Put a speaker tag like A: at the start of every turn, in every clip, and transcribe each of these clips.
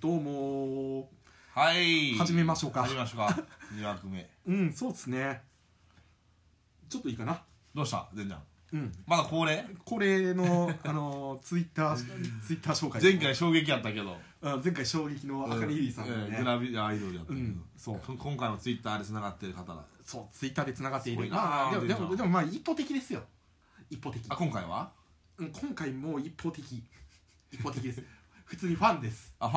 A: どうも
B: はい
A: 始めましょうか
B: 始めましょうか2枠目
A: うんそうですねちょっといいかな
B: どうした全ちゃん
A: うん
B: まだ恒例
A: これ のあのツイッターツイッター紹介
B: 前回衝撃やったけど
A: あ前回衝撃のあかりゆりさんの
B: うん
A: ね、
B: えーグラビアアイドルやったけ
A: う
B: ど、
A: んそう
B: こ今回もツイッターでつながってる方だ
A: そうツイッターでつながっている
B: すごいな
A: まあでもで
B: 全
A: も
B: 然
A: でもまあ一方的ですよ一方的
B: あ今回は
A: うん今回も一方 的一方的です普通にファンです
B: あフ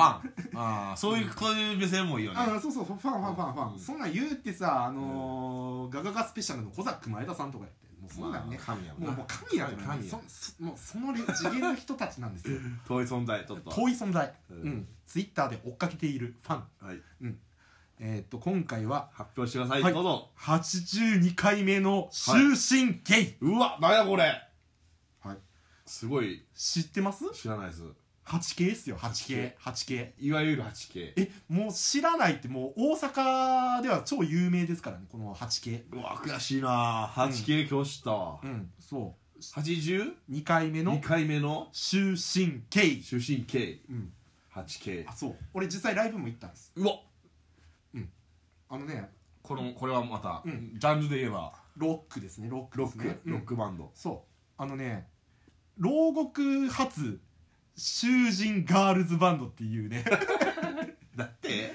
B: ァンあーそういうそういう目線もいいよね
A: あそうそうファンファンファンファン、
B: うん
A: そんなん言うってさあのーガガガスペシャルの小ザック前田さんとかやってもうそんなんね、
B: まあ神やもん
A: も
B: な
A: うもう神やからね
B: 神や
A: そそもうその次元の人たちなんです よ
B: 遠い存在ちょっと
A: 遠い存在、う
B: うんん
A: ツイッターで追っかけているファン
B: はい
A: えーっと今回は
B: 発表してください、
A: はい
B: どうぞ
A: 82回目の終身ゲイ、
B: うわなんやこれ
A: はい
B: すごい
A: 知ってます
B: 知らないです
A: 8K ですよ 8K8K 8K
B: いわゆる 8K
A: えもう知らないってもう大阪では超有名ですからねこの 8K
B: うわ悔しいな 8K 今日知ったわ、
A: うんそう
B: 82
A: 2回目の
B: 回目の
A: 終身刑
B: 出身 K
A: うん、
B: 8K
A: あそう俺実際ライブも行ったんです
B: うわ
A: あのね
B: このこれはまた、
A: うん
B: ジャンルで言えば
A: ロックですねロック
B: ロ
A: です
B: ッ
A: ね
B: ク、
A: うん
B: ロックバンド
A: そうあのね牢獄発囚人ガールズバンドっていう ね
B: だって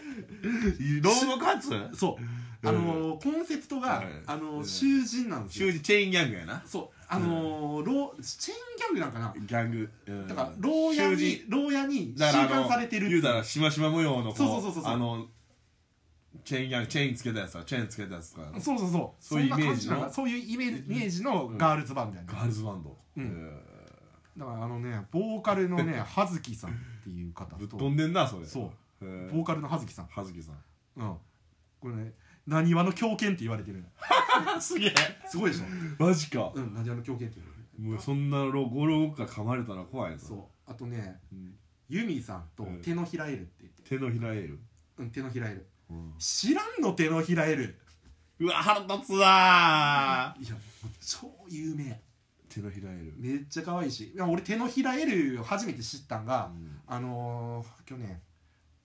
B: ロードカツ
A: そうあのーコンセプトが
B: うん
A: あのー
B: うん
A: 囚人なんです
B: チュ
A: よ
B: ーチェーンギャングやな
A: そうあのー牢チェーンギャングなんかな
B: ギャング、うん
A: だから牢屋に
B: 囚人
A: 牢屋に収
B: だからあ
A: 監
B: の
A: されてるってい
B: 言
A: う
B: うたらしましま模様のこ
A: そうそうそうそうそう
B: あのチェーンギャングチェーンつけたやつだチェーンつけたやつとか
A: そうそうそう
B: そういうイメー
A: そんな感
B: ジの
A: じなんだそういうイメージイメージのガールズバンドやね
B: ガールズバンド、
A: うん
B: え
A: だからあのねボーカルのね 葉月さんっていう方
B: ーぶっ
A: と
B: 飛んでんなそれ
A: そう
B: う、え
A: ボーカルの葉月さん
B: はずきさん
A: うんこれねなにわの狂犬って言われてるの
B: あすげえ
A: すごいでしょ
B: マジか、
A: うんなにわの狂犬って言われてる
B: もうそんなロゴロゴか噛まれたら怖いな
A: そうあとね
B: うん
A: ユミさんと
B: うん
A: 手のひらえるって言って
B: 手のひらえる、
A: うん手のひらえる
B: うん
A: 知らんの手のひらえる
B: うわ腹立つわ
A: いやもう超有名
B: 手のひらえる、
A: めっちゃ可愛いしいや俺手のひらえるを初めて知ったんが、
B: うん
A: あのー去年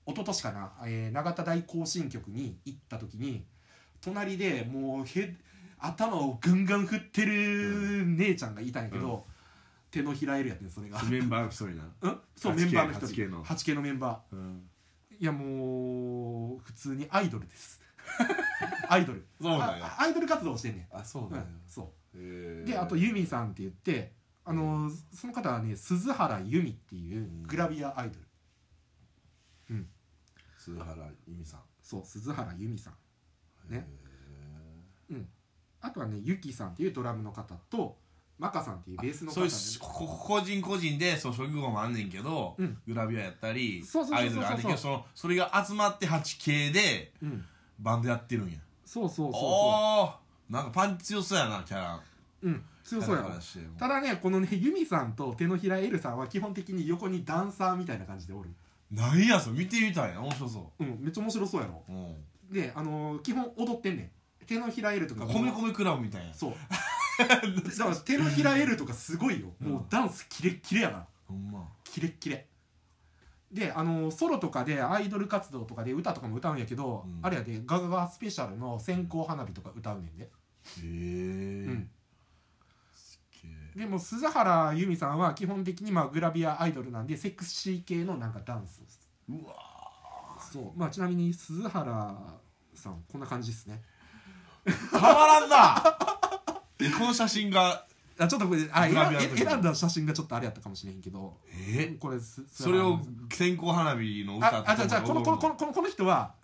A: 一昨年かな、えー永田大行進局に行った時に隣でもうへ頭をぐんぐん振ってる姉ちゃんがいたんやけど、手のひらえるやってんそれが、
B: メンバーの一人な、
A: うん、そう
B: 8K
A: メンバーの一人
B: 8K の
A: 8K のメンバ
B: うん、
A: ーいやもう普通にアイドルです アイドル
B: そうなん
A: あ
B: や
A: アイドル活動してんね
B: あそう
A: う
B: なん
A: ん
B: や、
A: そう
B: へえ
A: であとユミさんって言ってあのーその方はね鈴原ユミっていうグラビアアイドル、
B: 鈴原由美さん
A: そう鈴原ユミさんね
B: へ
A: あとはねユキさんっていうドラムの方とマカさんっていうベース
B: え
A: の方
B: そう
A: で
B: いうしここ個人個人でそう職業もあんねんけど、
A: うん
B: グラビアやったり
A: そうそうそうそうそう
B: アイドルやんねんけどそのそれが集まって 8K で
A: うん、
B: バンドやってるんや
A: そうそうそうそ
B: おおなんかパンチ強そうやなキャラ
A: う、うん、強そうや
B: キャラか
A: ろ
B: らして
A: ただねこのねユミさんと手のひらエルさんは基本的に横にダンサーみたいな感じでおる
B: なんやそれ見てみたいな面白そ
A: うんめっちゃ面白そうやろ
B: う、うん、
A: であのー基本踊ってんねん手のひらエルとか
B: 米米クラブみたいな
A: そうだから手のひらエルとかすごいよもうダンスキレッキレやから
B: ほんま
A: キレッキレであのソロとかでアイドル活動とかで歌とかも歌うんやけど、
B: うん
A: あれやでガガガスペシャルの線香花火とか歌うねんで、
B: へえ、
A: うん
B: すっげえ
A: でも鈴原由美さんは基本的にまあグラビアアイドルなんでセクシー系のなんかダンス
B: うわ
A: そうまあちなみに鈴原さんこんな感じですね
B: たまらんな えこの写真が
A: あちょっとこれあ選
B: グラビアの
A: ん
B: 時
A: 選んだ写真がちょっとあれやったかもしれへんけど
B: え
A: これす
B: それを線香花火の歌
A: ああじゃあじゃあこのこのこ
B: の
A: のこのこの人は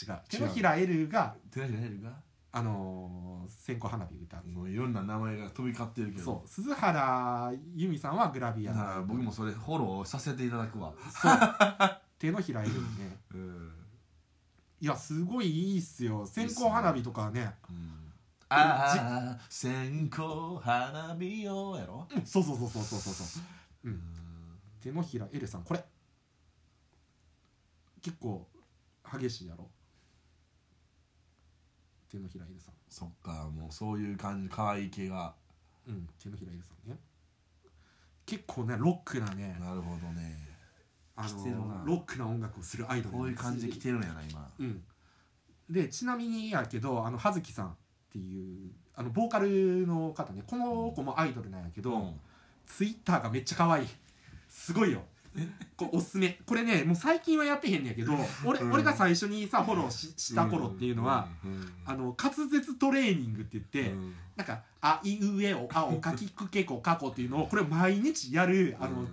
A: 違う手のひらエルが
B: 寺じゃないのか
A: あのー線香花火歌う
B: もういろんな名前が飛び交ってるけど
A: そう鈴原由美さんはグラビア
B: だから僕もそれフォローさせていただくわ
A: そう 手のひらいるよね
B: うん、
A: いやすごいいいっすよ線香花火とかはね
B: うん、ああ線香花火よやろ
A: そうそうそうそうそうそうそう
B: うん
A: 手のひらエルさんこれ結構激しいやろ手のひらエルさ
B: そっかもうそういう感じ可愛い系が
A: んうん手のひらエルさんね結構ねロックなね
B: なるほどね
A: ああ
B: 来てるな
A: のロックな音楽をするアイドル
B: こういう感じで来
A: て
B: てるんやな今
A: うんでちなみにやけどあの葉月さんっていうあのボーカルの方ねこの子もアイドルなんやけど、
B: うん
A: ツイッターがめっちゃ可愛いすごいよこうおすすめこれねもう最近はやってへんねやけど俺,、
B: うん
A: 俺が最初にさフォローしした頃っていうのは、
B: うんうん
A: あの滑舌トレーニングって言って、
B: うん
A: なんか「あいうえおあおかきくけこかこ」っていうのをこれを毎日やるあの、
B: うん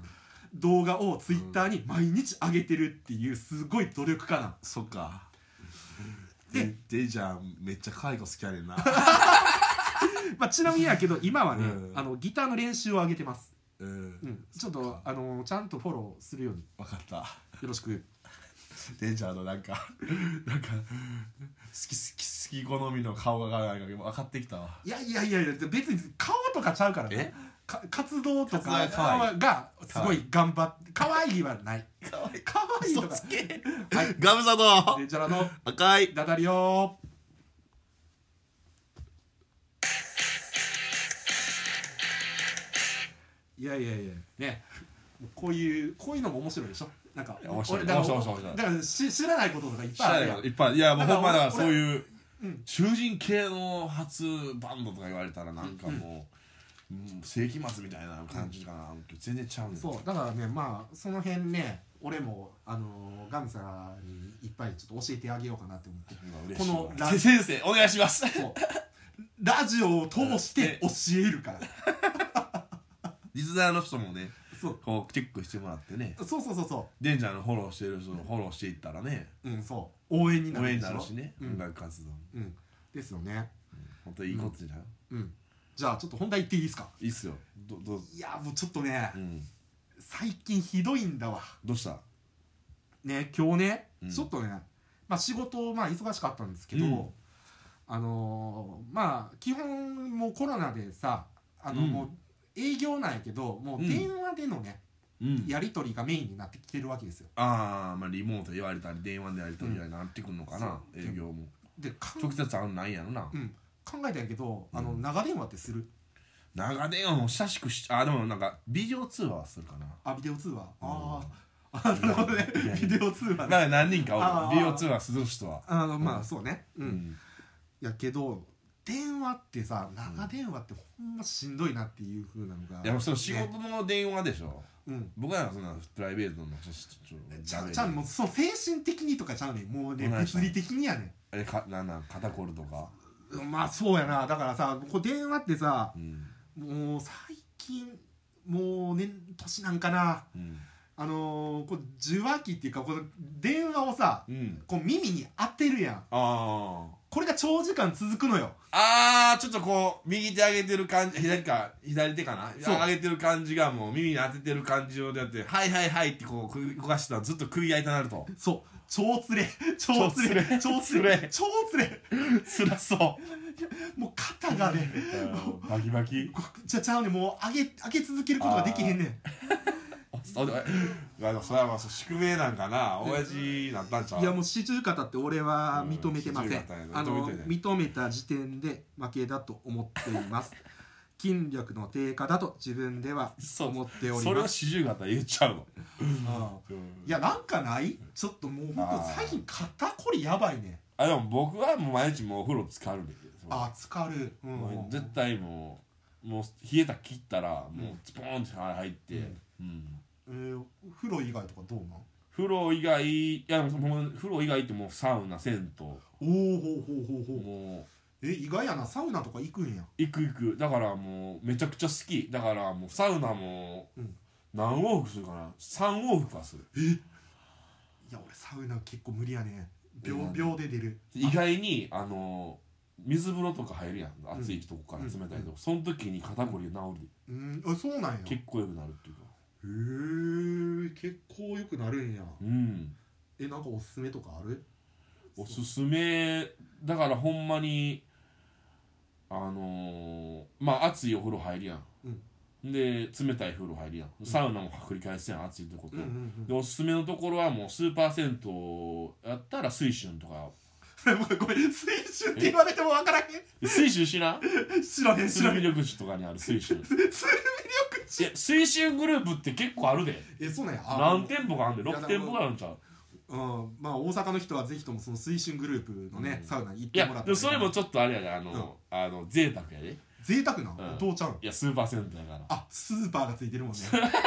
A: 動画をツイッターに毎日上げてるっていうすごい努力家な
B: そっか
A: で
B: でデイちゃんめっちゃ可愛い子好きやねんな
A: まあ、ちなみにやけど今はね、
B: うん
A: あのギターの練習を上げてます、
B: うん
A: うん、ちょっとあのちゃんとフォローするように
B: 分かった
A: よろしく
B: デイちゃんのなんかなんか好き好き好き好みの顔がなんか分かってきたわ
A: いやいやいやいや別に顔とかちゃうからねか活動とか
B: 活動が可愛
A: がすごい頑張って可愛いはない
B: 可愛い
A: 可愛いと
B: 嘘
A: か
B: つけ
A: はい
B: ガムサド
A: デジャラの
B: 赤い
A: ダダリオいやいやいやねこういうこういうのも面白いでしょなんか
B: いや面白い
A: 俺だから
B: 面白い面白い
A: だからし知らないこととかいっ
B: 知
A: ぱいあ
B: ら
A: る
B: な
A: やん
B: いこといっぱいいやもう
A: だ
B: ほん
A: から
B: まだか
A: 俺
B: らそういう
A: うん
B: 囚人系の初バンドとか言われたらなんかもう、うん世紀末みたいな感じかな、全然ちゃうねん
A: そうだからねまあその辺ね俺もあのガミさんにいっぱいちょっと教えてあげようかなって思って
B: 今嬉しいわ
A: このラ
B: せ先生お願いします
A: そうラジオを通して教えるから
B: リスナーの人もね
A: そう
B: こうチェックしてもらってね
A: そうそうそうそ
B: デンジャーのフォローしてる人のフォローしていったらね
A: ううんそう応援にな
B: 応
A: る
B: 援に
A: でょ
B: なるしね、
A: う
B: 音
A: ん、
B: 楽活動も
A: うん、ですよね
B: 本当にいいことじゃん、
A: うんじゃあちょっと本題言っていいですか
B: いいっすよどどう
A: いやもうちょっとね、
B: うん
A: 最近ひどいんだわ
B: どうした
A: ね今日ね、
B: うん
A: ちょっとねまあ仕事まあ忙しかったんですけど、
B: うん
A: あのーまあ基本もうコロナでさあの
B: うん
A: もう営業なんやけどもう
B: うん
A: 電話でのね、
B: うん
A: やり取りがメインになってきてるわけですよ
B: ああまあリモート言われたり電話でやり取りやりなってくんのかな、
A: うん
B: 営業も
A: でかん
B: 直接会うのないんやろな、
A: うん、考えたんやけど、あの
B: うん
A: 長電話ってする
B: 長電話も親しくしあでもなんかビデオ通話はするかな
A: あビデオ通話、ああ
B: う
A: ー な
B: ん
A: るほどね
B: いやいや
A: ビデオ通話
B: な
A: ね
B: んか何人か
A: あー
B: おるビデオ通話する人は
A: あのまあ、
B: うん
A: そうねう、
B: うん
A: やけど電話ってさ長電話ってほんましんどいなっていうふうなのが
B: いやもうその仕
A: ね
B: 事の電話でしょ、
A: うん
B: 僕らはそんなプライベートの話ちょっと
A: ちゃ
B: ダメ
A: ちゃんもうそう精神的にとかちゃうねんもうね
B: どないした
A: 物理的にやね
B: えかなんなん肩こるとか
A: んまあそうやなだからさこう電話ってさ
B: うん
A: もう最近もう年年なんかな
B: うん
A: あのーこう受話器っていうかこの電話をさ
B: うん
A: こう耳に当てるやん
B: ああ
A: これが長時間続くのよ
B: あーちょっとこう右手上げてる感じ左か左手かな
A: そう
B: 上げてる感じがもう耳に当ててる感じをだって「はいはいはい」ってこうく動かしてたらずっと食い合いとなると
A: そう超つれ超つれ超つ
B: つれ
A: れ超つれ
B: つらそ
A: もう肩がね
B: うバキバキ
A: じゃちゃうねもう上げ上げ続けることができへんねん
B: それそれはまあ宿命なんかな親父になったんちゃう
A: いやもう四十肩って俺は
B: うん
A: 認めてません、
B: 四十肩やな
A: あの
B: 認めてない
A: 認めた時点で負けだと思っています 筋力の低下だと自分では
B: そう
A: 思っております
B: それを四十肩言っちゃうの
A: うんいやなんかないちょっともうほんと最近肩こりやばいね
B: あでも僕はもう毎日もうお風呂浸かるんだけど
A: あ疲かる、う
B: も
A: ん
B: う、絶対もうもう冷えた切ったらもうズポーンって入って
A: うん
B: うん
A: えー、お風呂以外とかどうなん
B: 風呂以外いやもう風呂以外ってもうサウナ銭
A: おおほうほうほう
B: 湯
A: ほう
B: も
A: え意外やなサウナとか行くんや
B: う行く行くだからもうめちゃくちゃ好きだからもうサウナも
A: うん
B: 何往復するかな3往復はする
A: いや俺サウナ結構無理やね秒
B: えなんで
A: 秒で出る
B: 意外にあの水風呂とか入るやん暑いとこから
A: うん
B: 冷たいとこその時に肩こりが治る
A: うんあそうなんやへ
B: 結構良くなるっていうか
A: え結構よくなるんや
B: うん
A: えなんかおすすめとかある
B: おすすめだからほんまにあのーまあ暑いお風呂入るやん、で冷たい風呂入るやんサウナも繰り返すやん暑いとこと、
A: うんうん
B: でおすすめのところはもうスーパー銭湯やったら水春とか
A: うんごめん水春って言われてもわからへん
B: 水春知らん
A: 知らへん知
B: 鶴
A: ら
B: 見
A: へん
B: 緑地とかにある水春
A: 鶴見緑
B: いや青春グループって結構あるで
A: えそうなんやあ
B: 何店舗かあるんで
A: いや
B: 6店舗があるんちゃう
A: うんまあ大阪の人はぜひともその推進グループのね、
B: うん
A: サウナに行っ
B: い
A: てもら
B: や
A: っ
B: で
A: て
B: もそれもちょっとあれやであの、あの贅沢やで
A: 贅沢な、
B: うん
A: お父ちゃん
B: いやスーパーセントやか
A: あスーパーがついて るもんね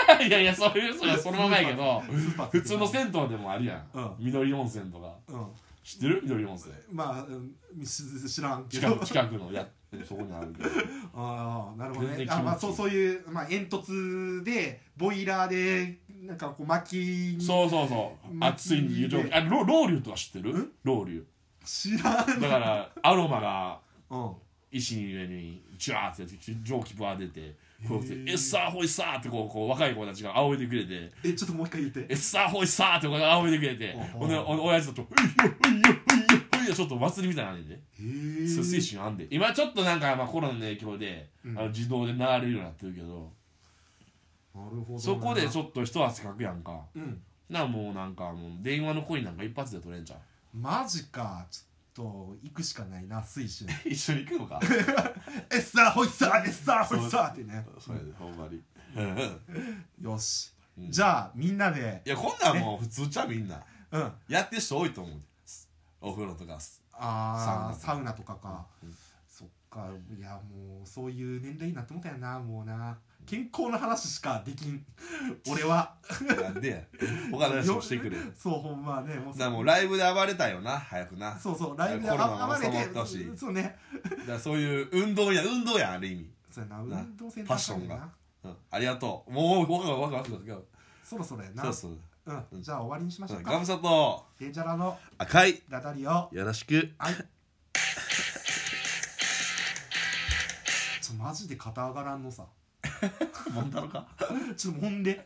B: ら いやいやそういうそれはそのままやけど
A: スーパー
B: 普通の
A: ん
B: 銭湯でもあるやん、
A: うん
B: 緑温泉とか
A: うん
B: 知ってる緑温泉
A: まあ、うん、し知らんけ
B: 近
A: ど
B: く近く のやそこにあるけど
A: ああなるほど
B: 全
A: ね
B: 然気持ちいい
A: あ、まあ、そうそういう、まあ、煙突でボイラーでなんかこう薪に
B: そうそうそう
A: うん
B: 熱い湯蒸気あロロウリュとか知って
A: ん
B: るロウリ
A: 知らん
B: ュだからアロマが
A: うん
B: 石に上にジャーってやって蒸気ぶわ出てこうやって
A: へ
B: 「
A: ー
B: エッサーホイサー」ってこうこう若い子たちが仰いでくれて
A: えちょっともう一回言っ
B: 「
A: て
B: エッサーホイサー」ってこう仰いでくれて
A: うん
B: ほんでお親父と「ういよういよういよういよ」ちょっとお祭りみたいなのあんねん
A: へ
B: で
A: え
B: そう水深あんで今ちょっとなんかまあコロナの影響であ
A: うん
B: の自動で流れるようになってるけど
A: なるほど
B: そこでち
A: ょ
B: ょっと一汗かくやんか
A: うん
B: なもうなんかもう電話のコインなんか一発で取れんじゃん
A: マジかちょっと行くしかないな水 深
B: 一緒に行くのか
A: エッサーホイッサーエッサーホイッサーってね
B: そうやでほんまに
A: よし、
B: うん
A: じゃあみんなで
B: いやこんなんもう普通ちゃうみんな
A: うんあ
B: やってる人多いと思うお風呂とか
A: あサ
B: サ
A: ウナとかか、
B: うん
A: そっかいやもうそういう年齢になってもうたやなもうな健康の話しかでき ん俺は
B: なんでや他の話もしてくれ
A: そうほんまねもう
B: だからもうライブで暴れたいよな早くなだか
A: そうそうライブであ
B: コロナ
A: あ
B: も
A: ばれ
B: 収ま
A: て
B: ってほしい
A: そうね
B: らそういう運動や運動やある意味、
A: そうやな
B: な
A: 運動せん
B: パッションがうん、ありがとうもうわかわかわかわかわか
A: そろそろやな
B: そうそう
A: うんじゃあ終わりにしましょう
B: ガ
A: か
B: ムサと
A: デンジャラの
B: 赤い
A: ダダリオ
B: よろしく
A: はい。ちょマジで肩上がらんのさ。
B: モンタロか
A: ちょっともんで。